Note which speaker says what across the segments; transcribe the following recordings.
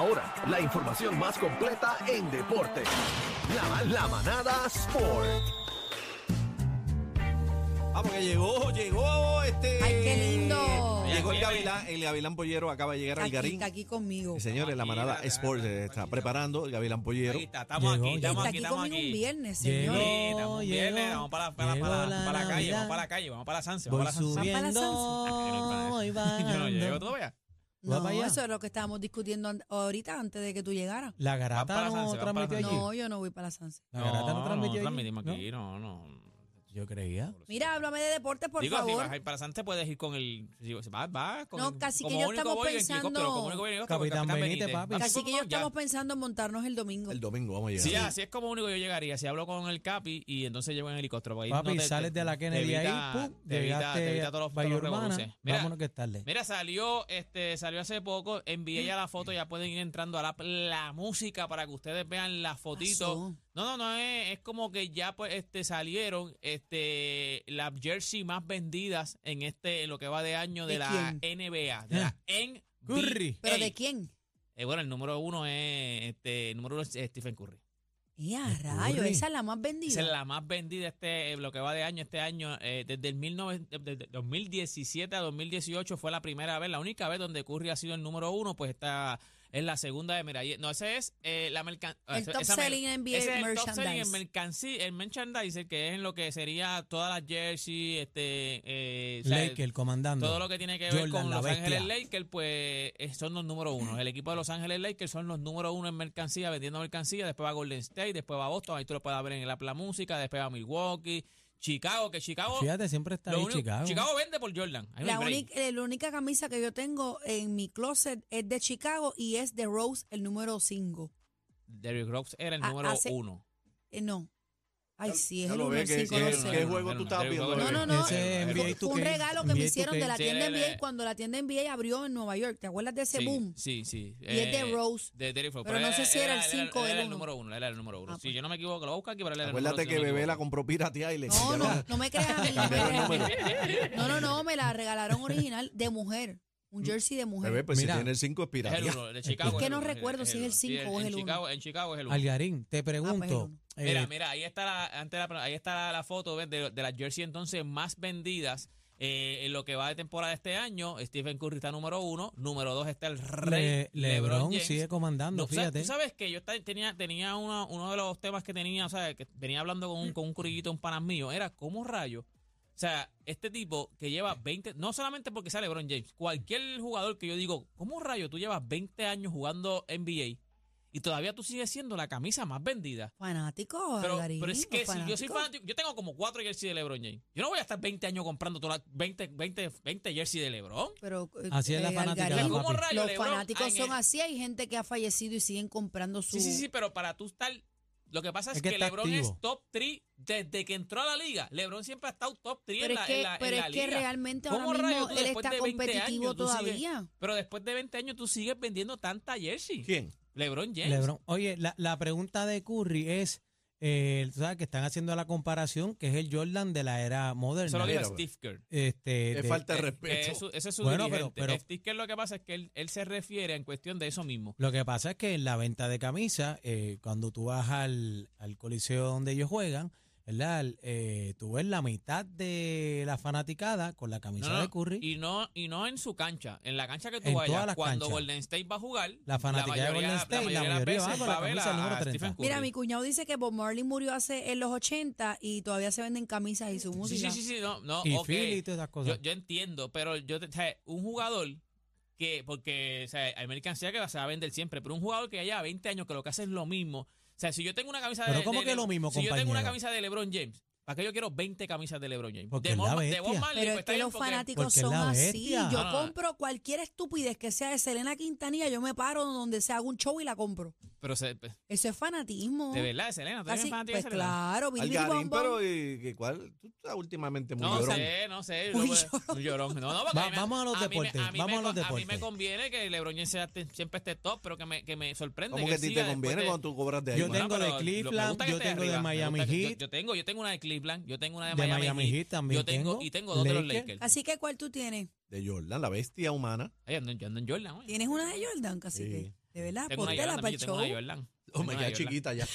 Speaker 1: hora, la información más completa en deporte. La, la manada Sport.
Speaker 2: Vamos, que Ah, llegó, llegó este.
Speaker 3: Ay, qué lindo.
Speaker 2: Llegó el Gavilán, el Gavilán Pollero acaba de llegar al
Speaker 3: Está aquí,
Speaker 2: Garín.
Speaker 3: está aquí conmigo.
Speaker 2: Eh, Señores, la manada Sports eh, está preparando el Gavilán Pollero.
Speaker 4: Ahí está, estamos
Speaker 5: Llegó,
Speaker 4: aquí,
Speaker 5: llegó.
Speaker 4: estamos
Speaker 3: está
Speaker 4: aquí,
Speaker 3: aquí
Speaker 4: estamos
Speaker 3: conmigo un
Speaker 4: aquí.
Speaker 3: viernes,
Speaker 5: Llegó.
Speaker 3: señor.
Speaker 4: Sí, estamos un viernes,
Speaker 5: llegó,
Speaker 4: vamos para, la- para, la-
Speaker 5: llegó
Speaker 4: para, la-
Speaker 5: la
Speaker 4: para la calle,
Speaker 5: Navidad.
Speaker 4: vamos para la calle, vamos para la Sanse,
Speaker 5: Voy
Speaker 4: vamos para la Sanse.
Speaker 3: para la
Speaker 5: subiendo
Speaker 3: salsa.
Speaker 5: y
Speaker 4: Yo no llego
Speaker 5: bajando.
Speaker 4: todavía.
Speaker 5: ¿Va
Speaker 3: No,
Speaker 5: para allá?
Speaker 3: eso es lo que estábamos discutiendo an- ahorita antes de que tú llegaras.
Speaker 5: La
Speaker 4: Van para
Speaker 5: garata
Speaker 4: la
Speaker 5: no
Speaker 4: Sanse, van para
Speaker 5: transmitió
Speaker 4: la
Speaker 5: allí.
Speaker 3: No, yo no voy para la Sanse.
Speaker 5: La garata no transmitió allí,
Speaker 4: transmitimos
Speaker 5: ¿no?
Speaker 4: aquí, no, no.
Speaker 5: Yo creía.
Speaker 3: Mira, háblame de deporte, por
Speaker 4: Digo, si vas
Speaker 3: favor.
Speaker 4: a ir para Sanse puedes ir con el. digo, si vas, vas con
Speaker 3: No,
Speaker 4: el-
Speaker 3: casi que
Speaker 4: como
Speaker 3: yo
Speaker 4: único
Speaker 3: estamos
Speaker 4: voy en
Speaker 3: pensando-
Speaker 4: helicóptero, como único voy en helicóptero,
Speaker 5: Capitán Benítez,
Speaker 4: Benítez.
Speaker 5: papi.
Speaker 4: Vas
Speaker 3: Casi que yo
Speaker 4: con- ya.
Speaker 3: estamos pensando en montarnos el domingo.
Speaker 2: El domingo vamos a llegar.
Speaker 4: Sí, así es como único yo llegaría. Si hablo con el Capi y entonces llego en helicóptero. porque ahí
Speaker 5: Papi,
Speaker 4: no te-
Speaker 5: sales
Speaker 4: te-
Speaker 5: de la
Speaker 4: te
Speaker 5: Kennedy
Speaker 4: evita-
Speaker 5: ahí, pum,
Speaker 4: te evita, te
Speaker 5: llegaste
Speaker 4: evita
Speaker 5: a
Speaker 4: todos los, todos
Speaker 5: Valle
Speaker 4: los
Speaker 5: Urbana.
Speaker 4: revoluces. Mira,
Speaker 5: Vámonos que es tarde.
Speaker 4: Mira, salió, este, salió hace poco, envié ya la foto, ya pueden ir entrando a la, la música para que ustedes vean las fotitos.
Speaker 3: Pasó.
Speaker 4: No, no, no, es, es como que ya pues, este, salieron este, las jersey más vendidas en este, en lo que va de año de,
Speaker 3: ¿De
Speaker 4: la NBA, de la NBA.
Speaker 5: Curry.
Speaker 3: ¿Pero de quién?
Speaker 4: Eh, bueno, el número uno es, este, el número uno es Stephen Curry.
Speaker 3: ¡Eh, a rayos!
Speaker 5: Curry.
Speaker 3: Esa es la más
Speaker 4: Esa
Speaker 3: vendida.
Speaker 4: es la más vendida este eh, lo que va de año este año eh, desde el 19 desde el 2017 a 2018 fue la primera vez, la única vez donde Curry ha sido el número uno, pues esta es la segunda de mira, ahí- no ese es eh, la mercan
Speaker 3: El
Speaker 4: esa-
Speaker 3: top
Speaker 4: esa mer-
Speaker 3: selling NBA
Speaker 4: ese es el top selling en
Speaker 3: merchandise.
Speaker 4: mercanci- en merchandiser que es en lo que sería todas las jerseys, este eh, o sea,
Speaker 5: Lake, el comandante.
Speaker 4: todo lo que tiene que ver
Speaker 5: Jordan,
Speaker 4: con
Speaker 5: la
Speaker 4: Los
Speaker 5: bestia.
Speaker 4: Ángeles Lakers, pues eh, son los número uno. El equipo de Los Ángeles Lakers son los número uno en mercancía, vendiendo mercancía. Después va Golden State, después va Boston, ahí tú lo puedes ver en el Apple Música. Después va Milwaukee, Chicago, que Chicago.
Speaker 5: Fíjate, siempre está
Speaker 4: lo
Speaker 5: ahí
Speaker 4: único-
Speaker 5: Chicago.
Speaker 4: vende por Jordan. Ahí no
Speaker 3: La
Speaker 4: hay break.
Speaker 3: única, eh, la única camisa que yo tengo en mi closet es de Chicago y es de Rose, el número 5.
Speaker 4: Derrick Rose era el
Speaker 3: Ah,
Speaker 4: número
Speaker 3: hace-
Speaker 4: uno.
Speaker 3: Eh, no. Ay, sí, es
Speaker 2: ya
Speaker 3: el
Speaker 2: lo ve
Speaker 3: número
Speaker 2: que-
Speaker 3: 5.
Speaker 2: que-
Speaker 3: no
Speaker 2: que-
Speaker 3: sé.
Speaker 2: que- juego tú estabas viendo,
Speaker 3: No, no, no.
Speaker 5: Ese
Speaker 3: Fue-
Speaker 5: NBA
Speaker 3: fue un
Speaker 5: 2K,
Speaker 3: regalo que me
Speaker 5: NBA
Speaker 3: hicieron de la
Speaker 5: 2K.
Speaker 3: tienda
Speaker 4: Sí, le-
Speaker 3: NBA cuando la tienda NBA abrió en Nueva York. ¿Te acuerdas de ese
Speaker 4: sí, Eh.
Speaker 3: boom?
Speaker 4: Sí, sí.
Speaker 3: Y es de Rose.
Speaker 4: De Derrick Rose.
Speaker 3: Pero no sé si era el cinco o el
Speaker 4: Él era el
Speaker 3: uno.
Speaker 4: número uno. Él era el número uno.
Speaker 3: Ah,
Speaker 4: Si
Speaker 3: pues.
Speaker 4: yo no me equivoco, lo voy a buscar aquí, pero él era el número
Speaker 2: Acuérdate
Speaker 4: uno,
Speaker 2: que
Speaker 4: si no me
Speaker 2: Bebé la
Speaker 4: equivoco.
Speaker 2: compró pirateada y le
Speaker 3: No, no,
Speaker 2: cambiaron-
Speaker 3: no me creas a mí. No, me
Speaker 2: cambiaron el
Speaker 3: creas a mí.
Speaker 2: número.
Speaker 3: no, no, no, me la regalaron original de mujer. Un jersey de mujer.
Speaker 2: Bebé, pues
Speaker 5: Mira.
Speaker 2: si tiene el 5 es
Speaker 4: Es el
Speaker 2: pirateada.
Speaker 4: uno, el de Chicago.
Speaker 3: Es que
Speaker 4: el
Speaker 3: no
Speaker 4: uno,
Speaker 3: recuerdo si es el
Speaker 4: Sí,
Speaker 3: cinco o es
Speaker 4: en
Speaker 3: el uno.
Speaker 4: Chicago- En Chicago es el uno.
Speaker 5: Algarín, te pregunto.
Speaker 3: uno.
Speaker 5: eh,
Speaker 4: Mira, mira, ahí está la, antes de la- ahí está la foto ¿ves? de, de las jersey entonces más vendidas eh, en lo que va de temporada este año. Stephen Curry está número uno, número dos está el rey
Speaker 5: Le- Lebron
Speaker 4: James.
Speaker 5: sigue comandando,
Speaker 4: No, o sea,
Speaker 5: fíjate.
Speaker 4: Tú sabes que yo esta- tenía, tenía uno, uno de los temas que tenía, o sea, que venía hablando con un, con un curillito, un panas mío, era cómo rayo. O sea, este tipo que lleva 20, no solamente porque sea LeBron James, cualquier jugador que yo digo, ¿cómo rayo tú llevas 20 años jugando NBA y todavía tú sigues siendo la camisa más vendida?
Speaker 3: Fanático,
Speaker 4: Pero,
Speaker 3: Algarín,
Speaker 4: pero es que si yo soy
Speaker 3: fanático.
Speaker 4: fanático, yo tengo como cuatro jerseys de LeBron James. Yo no voy a estar 20 años comprando todas las 20, 20, 20 jerseys de LeBron.
Speaker 3: Pero, eh,
Speaker 5: Así es la
Speaker 3: eh,
Speaker 5: fanática,
Speaker 3: Algarín,
Speaker 5: ¿Cómo papi?
Speaker 4: rayos,
Speaker 3: Los
Speaker 4: Lebron? Ah,
Speaker 3: fanáticos
Speaker 4: en
Speaker 3: son
Speaker 4: el-
Speaker 3: así. Hay gente que ha fallecido y siguen comprando su.
Speaker 4: Sí, sí, sí, pero para tú estar. Lo que pasa es,
Speaker 5: Es que
Speaker 4: que,
Speaker 5: está
Speaker 4: LeBron
Speaker 5: activo.
Speaker 4: es top 3 desde que entró a la liga. LeBron siempre ha estado top 3
Speaker 3: Pero es
Speaker 4: en la,
Speaker 3: que,
Speaker 4: en la- en
Speaker 3: pero
Speaker 4: la
Speaker 3: es que
Speaker 4: liga.
Speaker 3: realmente
Speaker 4: ¿Cómo
Speaker 3: ahora mismo
Speaker 4: rayos tú
Speaker 3: él
Speaker 4: después
Speaker 3: está
Speaker 4: de 20 años
Speaker 3: competitivo
Speaker 4: tú sigues-
Speaker 3: todavía.
Speaker 4: Pero después de 20 años tú sigues vendiendo tanta jersey.
Speaker 2: ¿Quién?
Speaker 4: LeBron James.
Speaker 5: Lebron. Oye, la, la pregunta de Curry es, eh, tú sabes que están haciendo la comparación, que es el Jordan de la era
Speaker 4: Eso lo dijo
Speaker 5: moderna.
Speaker 2: Mira,
Speaker 4: Steve Kerr.
Speaker 5: Este,
Speaker 2: Es
Speaker 5: de-
Speaker 2: falta de
Speaker 4: Eh, eh,
Speaker 2: respeto.
Speaker 4: eso- ese es su
Speaker 5: Bueno, pero-
Speaker 4: dirigente.
Speaker 5: pero-
Speaker 4: Steve Kerr lo que pasa es que él, él se refiere en cuestión de eso mismo.
Speaker 5: Lo que pasa es que en la venta de camisas, eh, cuando tú vas al, al coliseo donde ellos juegan, ¿verdad? El, eh, tú ves la mitad de la fanaticada con la camisa
Speaker 4: No, no,
Speaker 5: de Curry.
Speaker 4: Y no, y no en su cancha, en la cancha que tú
Speaker 5: En todas
Speaker 4: vayas.
Speaker 5: las
Speaker 4: Cuando
Speaker 5: canchas.
Speaker 4: Golden State va a jugar,
Speaker 5: La fanática de
Speaker 4: mayoría-
Speaker 5: Golden State, la
Speaker 4: de las
Speaker 5: mayoría va
Speaker 4: veces
Speaker 5: con la
Speaker 4: a ver
Speaker 5: camisa
Speaker 4: a-
Speaker 5: del número
Speaker 4: a Stephen
Speaker 5: 30.
Speaker 4: Curry.
Speaker 3: Mira, mi cuñado dice que Bob Marley murió hace en los 80 y todavía se venden camisas y su
Speaker 4: Sí,
Speaker 3: música.
Speaker 4: sí, sí, sí, no, no,
Speaker 5: Y
Speaker 4: oh, ok.
Speaker 5: Philly y todas esas
Speaker 4: Yo,
Speaker 5: cosas.
Speaker 4: yo entiendo, pero yo, te- o sea, un jugador que, porque, o sea, hay mercancía que se va a vender siempre, pero un jugador que haya 20 años que lo que hace es lo mismo. O sea, si yo tengo una camisa
Speaker 5: Pero
Speaker 4: de.
Speaker 5: ¿cómo
Speaker 4: de-
Speaker 5: que
Speaker 4: de-
Speaker 5: lo mismo,
Speaker 4: Si yo tengo una
Speaker 5: compañero?
Speaker 4: camisa de LeBron James, ¿para qué yo quiero 20 camisas de LeBron James?
Speaker 5: Porque
Speaker 4: de
Speaker 5: es la
Speaker 4: Bob- de
Speaker 5: bestia.
Speaker 4: Bob Marley,
Speaker 3: Pero
Speaker 4: pues,
Speaker 3: es
Speaker 4: está
Speaker 3: que
Speaker 4: bien,
Speaker 3: los
Speaker 4: porque- Ah.
Speaker 3: fanáticos
Speaker 5: porque es
Speaker 3: son
Speaker 5: la
Speaker 3: así.
Speaker 5: bestia.
Speaker 3: Yo
Speaker 4: No, no, no.
Speaker 3: compro cualquier estupidez que sea de Selena Quintanilla, yo me paro donde sea, hago un show y la compro.
Speaker 4: Pero se- de
Speaker 3: Eso es fanatismo.
Speaker 4: verdad, Selena, tú eres
Speaker 3: Así,
Speaker 4: fanática de
Speaker 3: pues
Speaker 4: Selena.
Speaker 3: claro, Billy
Speaker 2: Algarín,
Speaker 3: Bombón.
Speaker 2: pero ¿y qué cuál? Tú estás últimamente muy
Speaker 4: No
Speaker 2: llorón.
Speaker 4: sé, no sé.
Speaker 3: Muy
Speaker 4: yo- un llorón. No, no, porque
Speaker 5: Va-
Speaker 4: mí me-
Speaker 5: vamos a los
Speaker 4: mí me-
Speaker 5: deportes,
Speaker 4: mí me
Speaker 5: vamos a los
Speaker 4: con- A mí me
Speaker 5: deportes.
Speaker 4: conviene que LeBron James sea- te- siempre esté top, pero que me, que eh, me sorprende.
Speaker 2: ¿Cómo que a ti te conviene cuando tú cobras de ahí?
Speaker 5: Yo
Speaker 2: mano?
Speaker 5: tengo- de
Speaker 4: pero lo- me
Speaker 5: Cleveland,
Speaker 4: gusta que
Speaker 5: yo
Speaker 4: esté
Speaker 5: tengo de
Speaker 4: arriba, me
Speaker 5: Miami
Speaker 4: gusta que- yo-
Speaker 5: Heat.
Speaker 4: Yo tengo, yo tengo una de Cleveland, yo tengo una de
Speaker 5: De
Speaker 4: Miami,
Speaker 5: Miami Heat también
Speaker 4: Yo tengo,
Speaker 5: tengo,
Speaker 4: y tengo dos de los
Speaker 5: Lakers.
Speaker 4: Lakers.
Speaker 3: Así que, ¿cuál tú tienes?
Speaker 2: De Jordan, la bestia humana.
Speaker 4: Ay, ando, yo ando en Jordan. oye.
Speaker 3: ¿Tienes una de Jordan,
Speaker 2: Sí.
Speaker 3: cacique? De verdad,
Speaker 4: Tengo una
Speaker 3: póntela
Speaker 4: Jordan
Speaker 3: para
Speaker 4: también,
Speaker 3: el
Speaker 4: yo tengo
Speaker 3: show.
Speaker 4: una Jordan.
Speaker 2: Oh
Speaker 4: Tengo
Speaker 2: my
Speaker 4: una
Speaker 2: God,
Speaker 4: Jordan.
Speaker 2: chiquita ya.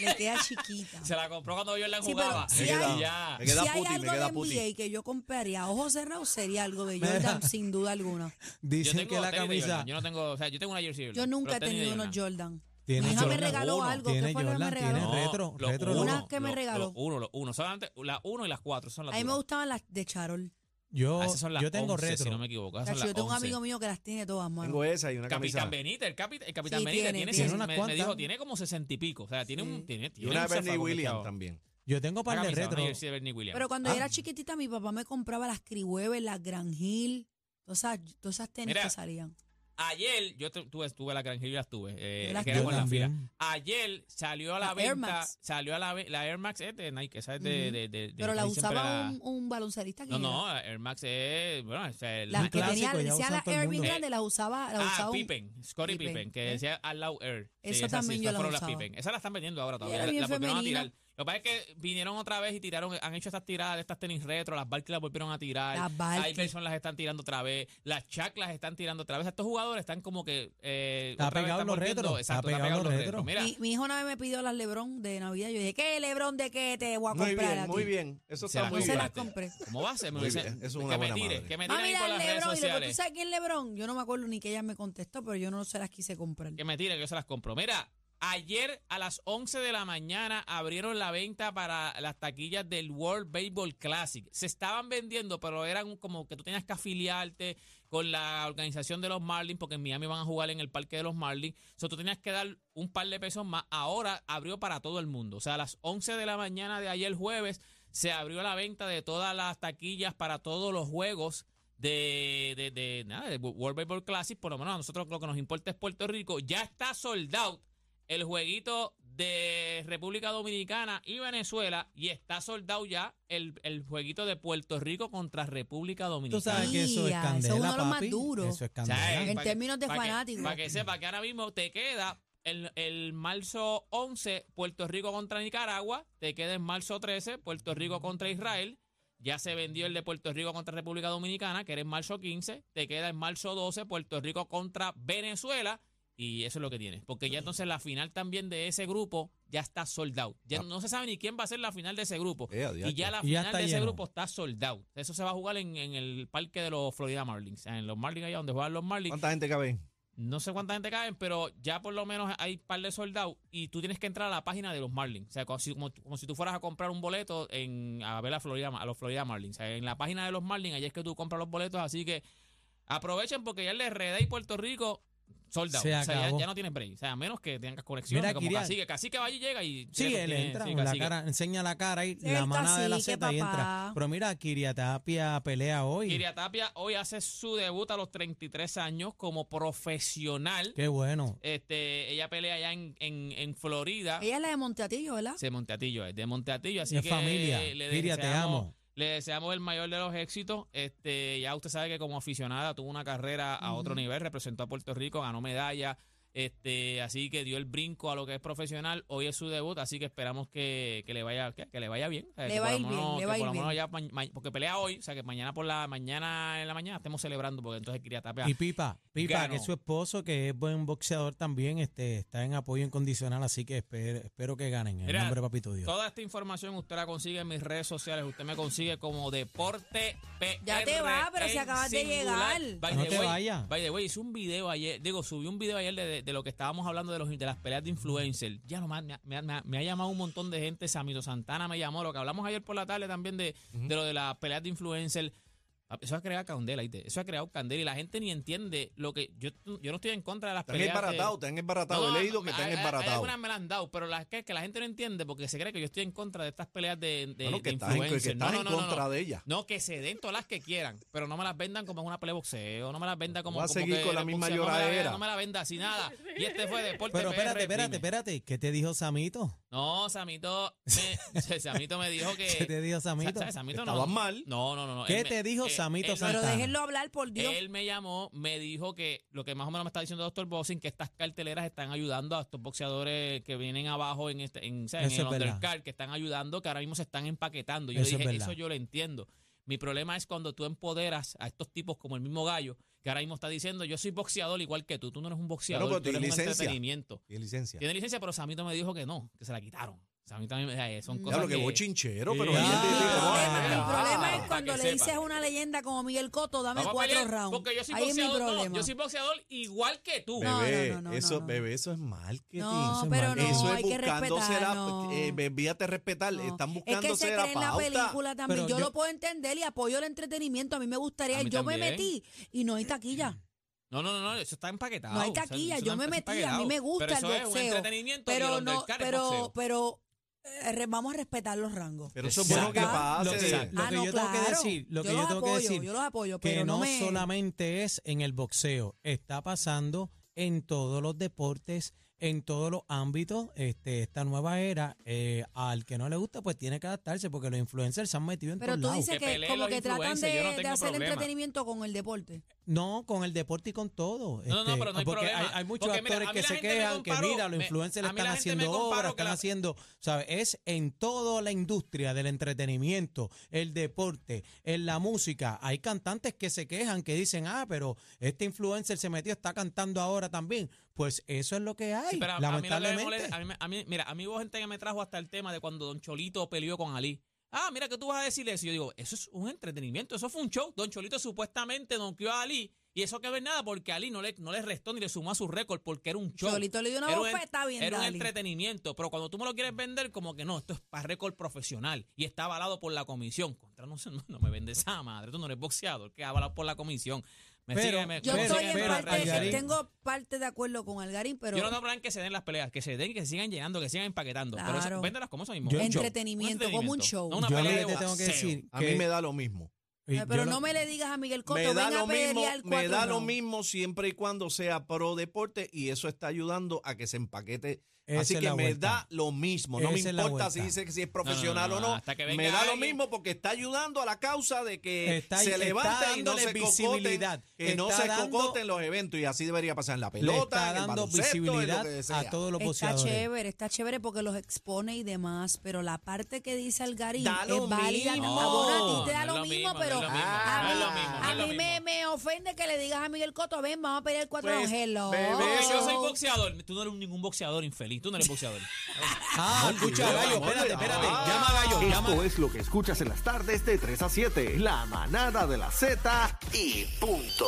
Speaker 3: Le queda chiquita.
Speaker 4: Se la compró cuando Jordan
Speaker 3: Sí, pero
Speaker 4: jugaba.
Speaker 3: si
Speaker 4: Y
Speaker 3: hay-
Speaker 4: ya.
Speaker 2: Me queda
Speaker 3: si hay
Speaker 2: puti, me
Speaker 3: algo
Speaker 2: queda
Speaker 3: de
Speaker 2: puti.
Speaker 3: NBA que yo compraría a ojos cerrados sería algo de
Speaker 5: Mira.
Speaker 3: Jordan, sin duda alguna.
Speaker 4: Yo
Speaker 5: Dicen
Speaker 4: tengo
Speaker 5: que la
Speaker 4: tenis de
Speaker 5: camisa
Speaker 4: Jordan, Yo no tengo, o sea, yo tengo una jersey de
Speaker 3: Yo
Speaker 4: Jordan,
Speaker 3: nunca he
Speaker 4: pero tenis de
Speaker 3: tenido unos
Speaker 4: Jordan.
Speaker 3: Jordan.
Speaker 5: tiene
Speaker 3: Mi hija me
Speaker 5: Jordan
Speaker 3: regaló
Speaker 5: uno,
Speaker 3: algo. ¿Qué
Speaker 5: Tiene
Speaker 3: fue lo que me
Speaker 5: Jordan,
Speaker 3: regaló?
Speaker 5: tiene
Speaker 3: No,
Speaker 5: retro,
Speaker 4: los
Speaker 5: retro.
Speaker 4: uno,
Speaker 3: Una que me
Speaker 4: los-
Speaker 3: regaló.
Speaker 4: Los uno, los uno. Solamente la uno y las cuatro son las
Speaker 3: A mí me
Speaker 4: duras.
Speaker 3: gustaban las de Charol.
Speaker 5: Yo,
Speaker 4: Ah, esas son las
Speaker 5: yo tengo
Speaker 4: 11,
Speaker 5: retro.
Speaker 4: Si no me equivoco. esas son
Speaker 3: Cacho,
Speaker 4: las
Speaker 3: yo tengo un
Speaker 4: 11.
Speaker 3: amigo mío que las tiene todas, mano.
Speaker 2: Tengo esa y una camisa.
Speaker 4: Capitán Benítez, el, capi- el capitán
Speaker 3: Sí,
Speaker 4: Benítez
Speaker 3: tiene,
Speaker 4: tiene,
Speaker 3: tiene
Speaker 4: ses-
Speaker 5: unas
Speaker 4: me- me,
Speaker 5: cuantas.
Speaker 4: dijo, tiene como sesenta y pico. O sea, tiene un. Tiene,
Speaker 2: Y
Speaker 4: tiene
Speaker 2: una
Speaker 4: un
Speaker 2: Bernie
Speaker 4: zafacón,
Speaker 2: Williams
Speaker 4: chavo.
Speaker 2: también.
Speaker 5: Yo tengo
Speaker 4: Una
Speaker 5: par de
Speaker 4: camisa, una
Speaker 5: retro.
Speaker 4: jersey de Bernie Williams.
Speaker 3: Pero cuando
Speaker 5: Ah.
Speaker 3: yo era chiquitita, mi papá me compraba las Crihueves, las Gran Hill, todas esas, todas esas tenis
Speaker 4: Mira,
Speaker 3: que salían.
Speaker 4: Ayer, yo tu- tuve, tuve la granjilla y las tuve. eh,
Speaker 3: Yo las
Speaker 4: que era
Speaker 5: tuve.
Speaker 4: con la fila.
Speaker 5: También.
Speaker 4: Ayer salió a la,
Speaker 3: La Air
Speaker 4: venta.
Speaker 3: Max.
Speaker 4: Salió a la, ve- la Air Max es de Nike, esa es de.
Speaker 3: Ujú.
Speaker 4: de- de- de-
Speaker 3: Pero la
Speaker 4: ahí siempre
Speaker 3: usaba
Speaker 4: la-
Speaker 3: un, un baloncelista que
Speaker 4: No,
Speaker 3: era.
Speaker 4: no, la Air Max es. Bueno, o sea, el-
Speaker 3: Las
Speaker 5: Un
Speaker 3: que tenía,
Speaker 5: clásico, ya
Speaker 3: decía
Speaker 5: usan
Speaker 3: la
Speaker 5: todo el
Speaker 3: Air bien
Speaker 5: mundo.
Speaker 3: grande, las usaba, las
Speaker 4: Ah,
Speaker 3: usaba un-
Speaker 4: Pippen, Scottie
Speaker 3: Pippen,
Speaker 4: Pippen, que
Speaker 3: ¿eh?
Speaker 4: decía Allow Air.
Speaker 3: Eso
Speaker 4: esas
Speaker 3: también yo
Speaker 4: esas
Speaker 3: las
Speaker 4: fueron las
Speaker 3: usaba.
Speaker 4: Pippen. Esas las están vendiendo ahora todavía.
Speaker 3: era
Speaker 4: la-
Speaker 3: bien
Speaker 4: Las volvieron a
Speaker 3: femenina.
Speaker 4: tirar. Lo que pasa es que vinieron otra vez y tiraron, han hecho estas tiradas de estas tenis retro, las Barclays las volvieron a tirar.
Speaker 3: Las Barclays.
Speaker 4: Hay personas las están tirando otra vez, las Chuck las están tirando otra vez. Estos jugadores están como que. Eh,
Speaker 5: Está
Speaker 4: otra vez
Speaker 5: pegado
Speaker 4: están
Speaker 5: los
Speaker 4: volviendo-
Speaker 5: retro,
Speaker 4: Exacto,
Speaker 5: está pegado los
Speaker 4: retro.
Speaker 5: retro.
Speaker 4: Mira,
Speaker 3: Mi, mi hijo una vez me pidió las Lebron de Navidad. Yo dije, ¿qué Lebron de qué te voy a
Speaker 2: Muy
Speaker 3: comprar
Speaker 2: bien,
Speaker 3: aquí?
Speaker 2: muy bien. Eso
Speaker 4: Se
Speaker 2: está
Speaker 4: la
Speaker 2: muy
Speaker 3: No se
Speaker 2: bien.
Speaker 3: las
Speaker 4: compraste.
Speaker 3: compré.
Speaker 4: ¿cómo va a ser? Me
Speaker 2: Muy
Speaker 4: dice,
Speaker 2: bien, eso es
Speaker 4: que
Speaker 2: una
Speaker 4: me
Speaker 2: buena
Speaker 4: tire,
Speaker 2: madre.
Speaker 4: Que me tiren
Speaker 3: Mami,
Speaker 4: ahí por
Speaker 3: las
Speaker 4: las redes
Speaker 3: Lebron. Y después tú
Speaker 4: sociales.
Speaker 3: sabes quién Lebron. Yo no me acuerdo ni que ella me contestó, pero yo no se las quise comprar.
Speaker 4: Que me tire, que yo se las compro. Mira, ayer a las 11 de la mañana abrieron la venta para las taquillas del World Baseball Classic. Se estaban vendiendo, pero eran como que tú tenías que afiliarte con la organización de los Marlins, porque en Miami van a jugar en el parque de los Marlins. O sea, tú tenías que dar un par de pesos más. Ahora abrió para todo el mundo. O sea, a las 11 de la mañana de ayer jueves se abrió la venta de todas las taquillas para todos los juegos de, de, de, nada, de World Baseball Classic, por lo menos a nosotros lo que nos importa es Puerto Rico, ya está sold out el jueguito de República Dominicana y Venezuela y está sold out ya el, el jueguito de Puerto Rico contra República
Speaker 5: Tú
Speaker 4: Dominicana.
Speaker 5: sabes que eso es
Speaker 3: Mira, eso es
Speaker 5: candela,
Speaker 3: uno de los más
Speaker 5: papi.
Speaker 3: duros.
Speaker 5: Eso es
Speaker 4: O sea,
Speaker 5: candela.
Speaker 4: eh,
Speaker 3: En
Speaker 4: pa' que-
Speaker 3: términos de
Speaker 4: pa' que-
Speaker 3: fanático.
Speaker 4: Para que sepa que ahora mismo te queda el, el marzo 11 Puerto Rico contra Nicaragua, te queda en marzo 13 Puerto Rico contra Israel, ya se vendió el de Puerto Rico contra República Dominicana, que era en marzo 15, te queda en marzo 12 Puerto Rico contra Venezuela. Y eso es lo que tienes. Porque ya entonces la final también de ese grupo ya está sold out. Ya
Speaker 2: Ah.
Speaker 4: no se sabe ni quién va a ser la final de ese grupo.
Speaker 2: Eh, adiache.
Speaker 4: Y ya la
Speaker 5: Y ya
Speaker 4: final
Speaker 5: está
Speaker 4: de ese
Speaker 5: lleno.
Speaker 4: grupo está sold out. Eso se va a jugar en, en el parque de los Florida Marlins. En los Marlins, allá donde juegan los Marlins.
Speaker 2: ¿Cuánta gente cabe? ahí?
Speaker 4: No sé cuánta gente caen, pero ya por lo menos hay par de soldados y tú tienes que entrar a la página de los Marlins. O sea, como si, como- como si tú fueras a comprar un boleto en, a ver a, Florida, a los Florida Marlins. O sea, en la página de los Marlins, ahí es que tú compras los boletos. Así que aprovechen porque ya el RD y Puerto Rico soldados.
Speaker 5: Se
Speaker 4: O sea, ya,
Speaker 5: acabó.
Speaker 4: ya no tienes break. O sea, a menos que tengas conexión.
Speaker 5: Mira,
Speaker 4: como
Speaker 5: Kirian.
Speaker 4: cacique, cacique va y llega y.
Speaker 5: Sí,
Speaker 4: tiene-
Speaker 5: él
Speaker 4: tiene-
Speaker 5: entra,
Speaker 4: sí,
Speaker 5: con la
Speaker 4: cacique.
Speaker 5: cara, enseña la cara y
Speaker 3: El
Speaker 5: la manada de la
Speaker 3: cacique,
Speaker 5: Z y entra.
Speaker 3: papá.
Speaker 5: Pero mira, Kiriatapia pelea hoy.
Speaker 4: Kiria Tapia hoy hace su debut a los 33 años como profesional.
Speaker 5: Qué bueno.
Speaker 4: Este, ella pelea allá en, en, en Florida.
Speaker 3: Ella es la de Monteatillo, ¿verdad?
Speaker 4: de Monteatillo, es de Monteatillo, así
Speaker 5: Es
Speaker 4: que
Speaker 5: familia.
Speaker 4: le
Speaker 5: Kiria, te
Speaker 4: deseamos-
Speaker 5: amo.
Speaker 4: Le deseamos el mayor de los éxitos. Este, ya usted sabe que como aficionada tuvo una carrera a otro nivel, representó a Puerto Rico, ganó medalla, este, así que dio el brinco a lo que es profesional. Hoy es su debut, así que esperamos que, que le vaya que, que le vaya bien, O sea,
Speaker 3: Le
Speaker 4: que
Speaker 3: va a
Speaker 4: por lo
Speaker 3: ir bien,
Speaker 4: menos-
Speaker 3: le
Speaker 4: que
Speaker 3: va a
Speaker 4: por
Speaker 3: ir
Speaker 4: lo menos
Speaker 3: bien.
Speaker 4: ya ma- ma- porque pelea hoy, o sea que mañana por la mañana en la mañana estemos celebrando porque entonces quería tapear.
Speaker 5: Y Pipa, Pipa,
Speaker 4: Ganó.
Speaker 5: que es su esposo, que es buen boxeador también, este, está en apoyo incondicional, así que espero, espero que ganen. En el
Speaker 4: Mira,
Speaker 5: nombre de Papito Dios.
Speaker 4: Toda esta información usted la consigue en mis redes sociales. Usted me consigue como Deporte PR.
Speaker 3: Ya te va, pero si
Speaker 4: en
Speaker 3: acabas de
Speaker 4: singular.
Speaker 3: llegar.
Speaker 4: By
Speaker 5: No
Speaker 4: the
Speaker 5: te
Speaker 4: way,
Speaker 5: vayas.
Speaker 4: By the way, hice un video ayer. Digo, subí un video ayer de, de- de lo que estábamos hablando de, los, de las peleas de influencer. Ya nomás me, ha- me ha- me ha- me ha llamado un montón de gente. Samito Santana me llamó. Lo que hablamos ayer por la tarde también de, de lo de las peleas de influencer. Eso ha creado candela, ¿viste? Eso ha creado candela y la gente ni entiende lo que. Yo, yo no estoy en contra de las
Speaker 2: Están
Speaker 4: peleas. de-
Speaker 2: embaratados, están embaratados.
Speaker 4: no,
Speaker 2: He leído que
Speaker 4: hay-
Speaker 2: están
Speaker 4: hay- Hay
Speaker 2: embaratados.
Speaker 4: algunas me las han dado, pero las que, que la gente no entiende porque se cree que yo estoy en contra de estas peleas de, de,
Speaker 2: Bueno,
Speaker 4: de
Speaker 2: que estás en- que
Speaker 4: influencers.
Speaker 2: estás
Speaker 4: no,
Speaker 2: en
Speaker 4: no, no, no,
Speaker 2: contra
Speaker 4: no.
Speaker 2: de ella.
Speaker 4: No, que se den todas las que quieran, pero no me las vendan como en una pelea de boxeo, no me las venda como.
Speaker 2: Va a
Speaker 4: como
Speaker 2: seguir
Speaker 4: que
Speaker 2: con la
Speaker 4: el
Speaker 2: misma
Speaker 4: boxeo, no me la venda-
Speaker 2: lloradera.
Speaker 4: No me la venda así nada. Y este fue deporte.
Speaker 5: Pero espérate,
Speaker 4: PR,
Speaker 5: espérate,
Speaker 4: dime.
Speaker 5: espérate. ¿Qué te dijo Samito?
Speaker 4: No, Samito me, Samito me dijo que.
Speaker 5: ¿Qué te dijo Samito?
Speaker 4: Eh, Sa- Samito no.
Speaker 2: Estaban mal.
Speaker 4: No, no, no. no.
Speaker 5: ¿Qué
Speaker 4: Él me-
Speaker 5: te dijo
Speaker 4: eh,
Speaker 5: Samito
Speaker 4: él-
Speaker 3: Pero
Speaker 5: Santana.
Speaker 3: déjenlo hablar, por Dios.
Speaker 4: Él me llamó, me dijo que lo que más o menos me está diciendo Doctor Boxing, que estas carteleras están ayudando a estos boxeadores que vienen abajo en este, en, o sea, en
Speaker 5: Eso
Speaker 4: el
Speaker 5: es verdad.
Speaker 4: undercard, que están ayudando, que ahora mismo se están empaquetando. Yo le
Speaker 5: Eso es
Speaker 4: dije,
Speaker 5: verdad.
Speaker 4: eso yo lo entiendo. Mi problema es cuando tú empoderas a estos tipos como el mismo gallo, que ahora mismo está diciendo, yo soy boxeador igual que tú, tú no eres un boxeador,
Speaker 2: pero
Speaker 4: tú
Speaker 2: tiene
Speaker 4: eres un
Speaker 2: licencia.
Speaker 4: entretenimiento.
Speaker 2: Y licencia.
Speaker 4: Tiene licencia, pero Samito me dijo que no, que se la quitaron. Samito a mí me- eh, son
Speaker 3: Mm.
Speaker 4: cosas
Speaker 2: Claro que
Speaker 4: que-
Speaker 2: bochinchero, pero.
Speaker 5: Sí.
Speaker 2: ahí
Speaker 5: Ah,
Speaker 2: es de-
Speaker 3: Mi
Speaker 2: de-
Speaker 3: problema,
Speaker 2: Ah,
Speaker 3: mi problema
Speaker 4: ah,
Speaker 3: es cuando
Speaker 4: para
Speaker 3: le
Speaker 4: que
Speaker 3: dices
Speaker 4: sepa.
Speaker 3: a una leyenda como Miguel Coto, dame
Speaker 4: Vamos a
Speaker 3: cuatro
Speaker 4: pelear,
Speaker 3: rounds.
Speaker 4: Porque yo soy
Speaker 3: Ahí es mi
Speaker 4: boxeador, no,
Speaker 3: problema.
Speaker 4: yo soy boxeador igual que tú.
Speaker 3: No,
Speaker 2: Bebé,
Speaker 3: no, no, no,
Speaker 2: eso,
Speaker 3: no.
Speaker 2: bebé, eso es marketing.
Speaker 3: No,
Speaker 2: eso es,
Speaker 3: pero
Speaker 2: marketing.
Speaker 3: no,
Speaker 2: eso es
Speaker 3: hay que
Speaker 2: buscándose la.
Speaker 3: respetar, no.
Speaker 2: eh, envíate a respetar.
Speaker 3: No.
Speaker 2: Están
Speaker 3: es que
Speaker 2: buscándose
Speaker 3: se
Speaker 2: la
Speaker 3: cree en la
Speaker 2: pauta.
Speaker 3: película también.
Speaker 5: Pero
Speaker 3: Yo,
Speaker 5: yo-
Speaker 3: lo puedo entender y apoyo el entretenimiento. A mí me gustaría.
Speaker 4: A mí
Speaker 3: yo me
Speaker 4: también.
Speaker 3: metí y no hay taquilla.
Speaker 4: No, no, no, no, eso está empaquetado.
Speaker 3: No hay
Speaker 4: O sea,
Speaker 3: taquilla,
Speaker 4: eso
Speaker 3: yo
Speaker 4: está-
Speaker 3: me
Speaker 4: está
Speaker 3: metí, a mí me
Speaker 4: empaquetado.
Speaker 3: gusta
Speaker 4: Pero
Speaker 3: el
Speaker 4: eso Es
Speaker 3: boxeo,
Speaker 4: un entretenimiento y
Speaker 3: Pero
Speaker 4: el
Speaker 3: no,
Speaker 4: undercard es
Speaker 3: pero,
Speaker 4: boxeo.
Speaker 3: pero eh, re- vamos a respetar los rangos.
Speaker 2: Pero eso es bueno que
Speaker 3: Exacto.
Speaker 5: Lo que,
Speaker 2: pase.
Speaker 5: lo que
Speaker 3: no,
Speaker 5: yo tengo que
Speaker 3: claro.
Speaker 5: decir, lo que
Speaker 3: los
Speaker 5: yo tengo
Speaker 3: apoyo,
Speaker 5: que decir,
Speaker 3: yo los apoyo,
Speaker 5: que
Speaker 3: pero
Speaker 5: no,
Speaker 3: me-
Speaker 5: solamente es en el boxeo, está pasando en todos los deportes, en todos los ámbitos, este, esta nueva era, eh, al que no le gusta, pues tiene que adaptarse, porque los influencers se han metido en
Speaker 3: Pero
Speaker 5: todos
Speaker 3: tú
Speaker 5: lados.
Speaker 3: dices
Speaker 4: Que
Speaker 3: que,
Speaker 4: peleen
Speaker 3: como
Speaker 4: los
Speaker 3: que tratan
Speaker 4: influencers, yo
Speaker 3: de,
Speaker 4: no
Speaker 3: de
Speaker 4: tengo
Speaker 3: hacer
Speaker 4: problema.
Speaker 3: entretenimiento con el deporte.
Speaker 5: No, con el deporte y con todo.
Speaker 4: No, no, no,
Speaker 5: este,
Speaker 4: pero no hay
Speaker 5: porque
Speaker 4: problema.
Speaker 5: Hay, hay muchos
Speaker 4: Porque mira,
Speaker 5: actores
Speaker 4: a mí
Speaker 5: que
Speaker 4: la
Speaker 5: se
Speaker 4: gente me
Speaker 5: quejan, que
Speaker 4: comparó-
Speaker 5: mira, los
Speaker 4: me-
Speaker 5: influencers le
Speaker 4: a mí la
Speaker 5: están
Speaker 4: gente me
Speaker 5: haciendo
Speaker 4: comparó
Speaker 5: obras,
Speaker 4: que
Speaker 5: están
Speaker 4: la-
Speaker 5: haciendo, ¿sabes? Es en toda la industria del entretenimiento, el deporte, en la música. Hay cantantes que se quejan, que dicen, ah, pero este influencer se metió, está cantando ahora también. Pues eso es lo que hay,
Speaker 4: Sí, pero a- a mí lo que me
Speaker 5: lamentablemente.
Speaker 4: molesta- a mí me- a mí- mira, a mí hubo gente que me trajo hasta el tema de cuando Don Cholito peleó con Ali. Ah, mira que tú vas a decir eso. Y Yo digo, eso es un entretenimiento, eso fue un show. Don Cholito supuestamente donkeó a Ali y eso que ver nada porque Ali no le, no le restó ni le sumó a su récord porque era un show.
Speaker 3: Cholito le dio una
Speaker 4: Era un-
Speaker 3: bofeta pues, bien,
Speaker 4: Era un
Speaker 3: Dali.
Speaker 4: entretenimiento, pero cuando tú me lo quieres vender, como que no, esto es para récord profesional y está avalado por la comisión. Contra no, sé, no, no me vendes esa madre, tú no eres boxeador, que es avalado por la comisión. Me
Speaker 5: Pero-
Speaker 4: sigue, me-
Speaker 3: Yo
Speaker 4: me
Speaker 5: Pero-
Speaker 3: estoy
Speaker 4: sigue,
Speaker 3: en
Speaker 4: me
Speaker 5: pero,
Speaker 3: parte, de-
Speaker 5: Algarín-
Speaker 3: tengo parte de acuerdo con Algarín, pero
Speaker 4: yo no tengo problema que se den las peleas, que se den y que se sigan llenando, que sigan empaquetando. Pero
Speaker 3: Claro.
Speaker 4: eso, véndelas como eso mismo.
Speaker 5: Yo-
Speaker 4: Un show.
Speaker 3: entretenimiento,
Speaker 4: Un
Speaker 3: como un
Speaker 4: entretenimiento,
Speaker 3: show.
Speaker 4: no una
Speaker 5: Yo lo
Speaker 4: pelea
Speaker 5: que
Speaker 4: de
Speaker 5: te tengo que
Speaker 4: boxeo.
Speaker 5: decir,
Speaker 2: A mí
Speaker 5: que-
Speaker 2: me da lo mismo.
Speaker 5: y
Speaker 3: Eh, pero
Speaker 5: yo lo-
Speaker 3: no me le digas a Miguel Coto,
Speaker 2: Me da
Speaker 3: ven a
Speaker 2: lo mismo,
Speaker 3: pelear
Speaker 2: me
Speaker 3: cuatro
Speaker 2: da lo
Speaker 3: rounds".
Speaker 2: mismo siempre y cuando sea pro deporte y eso está ayudando a que se empaquete.
Speaker 5: Esa
Speaker 2: Así
Speaker 5: es
Speaker 2: que
Speaker 5: la
Speaker 2: me
Speaker 5: vuelta.
Speaker 2: da lo mismo, no me
Speaker 5: Esa es la
Speaker 2: importa si
Speaker 5: vuelta.
Speaker 2: dice que si es profesional
Speaker 4: no, no,
Speaker 2: o no,
Speaker 4: hasta que
Speaker 2: me
Speaker 4: venga
Speaker 2: da lo
Speaker 4: alguien.
Speaker 2: mismo porque está ayudando a la causa de que
Speaker 5: Está-
Speaker 2: se
Speaker 5: está
Speaker 2: levante y no
Speaker 5: dándole
Speaker 2: se
Speaker 5: visibilidad.
Speaker 2: cocoten, que no
Speaker 5: Está
Speaker 2: se
Speaker 5: dando-
Speaker 2: cocoten los eventos y así debería pasar en la
Speaker 5: le
Speaker 2: pelota,
Speaker 5: está
Speaker 2: en el
Speaker 5: dando
Speaker 2: baloncesto, en lo
Speaker 5: visibilidad
Speaker 2: que sea.
Speaker 5: a todos los
Speaker 3: Está
Speaker 5: boxeadores.
Speaker 3: chévere, está chévere porque los expone y demás, pero la parte que dice Algarín
Speaker 2: Da lo
Speaker 3: es válida
Speaker 2: mismo.
Speaker 3: como abonante,
Speaker 2: No,
Speaker 3: te da
Speaker 4: no es
Speaker 3: lo
Speaker 4: lo
Speaker 3: mismo,
Speaker 4: mismo, no es
Speaker 3: pero
Speaker 4: lo
Speaker 2: mismo,
Speaker 3: a
Speaker 2: no es
Speaker 3: mí,
Speaker 2: lo mismo, no
Speaker 3: a
Speaker 4: es lo
Speaker 3: mí me,
Speaker 4: mismo.
Speaker 3: me ofende que le digas a Miguel Coto, ven, vamos a pelear cuatro
Speaker 2: Pues,
Speaker 3: rounds. Hello.
Speaker 2: bebé,
Speaker 4: Porque yo
Speaker 3: Oh.
Speaker 4: soy boxeador. Tú no eres ningún boxeador infeliz. Tú no eres boxeador.
Speaker 5: Ah, escucha, Gallo, espérate, espérate.
Speaker 2: Ah.
Speaker 5: Llama a Gallo, llama
Speaker 1: Esto es lo que escuchas en las tardes de 3 a 7, la manada de la Z y punto.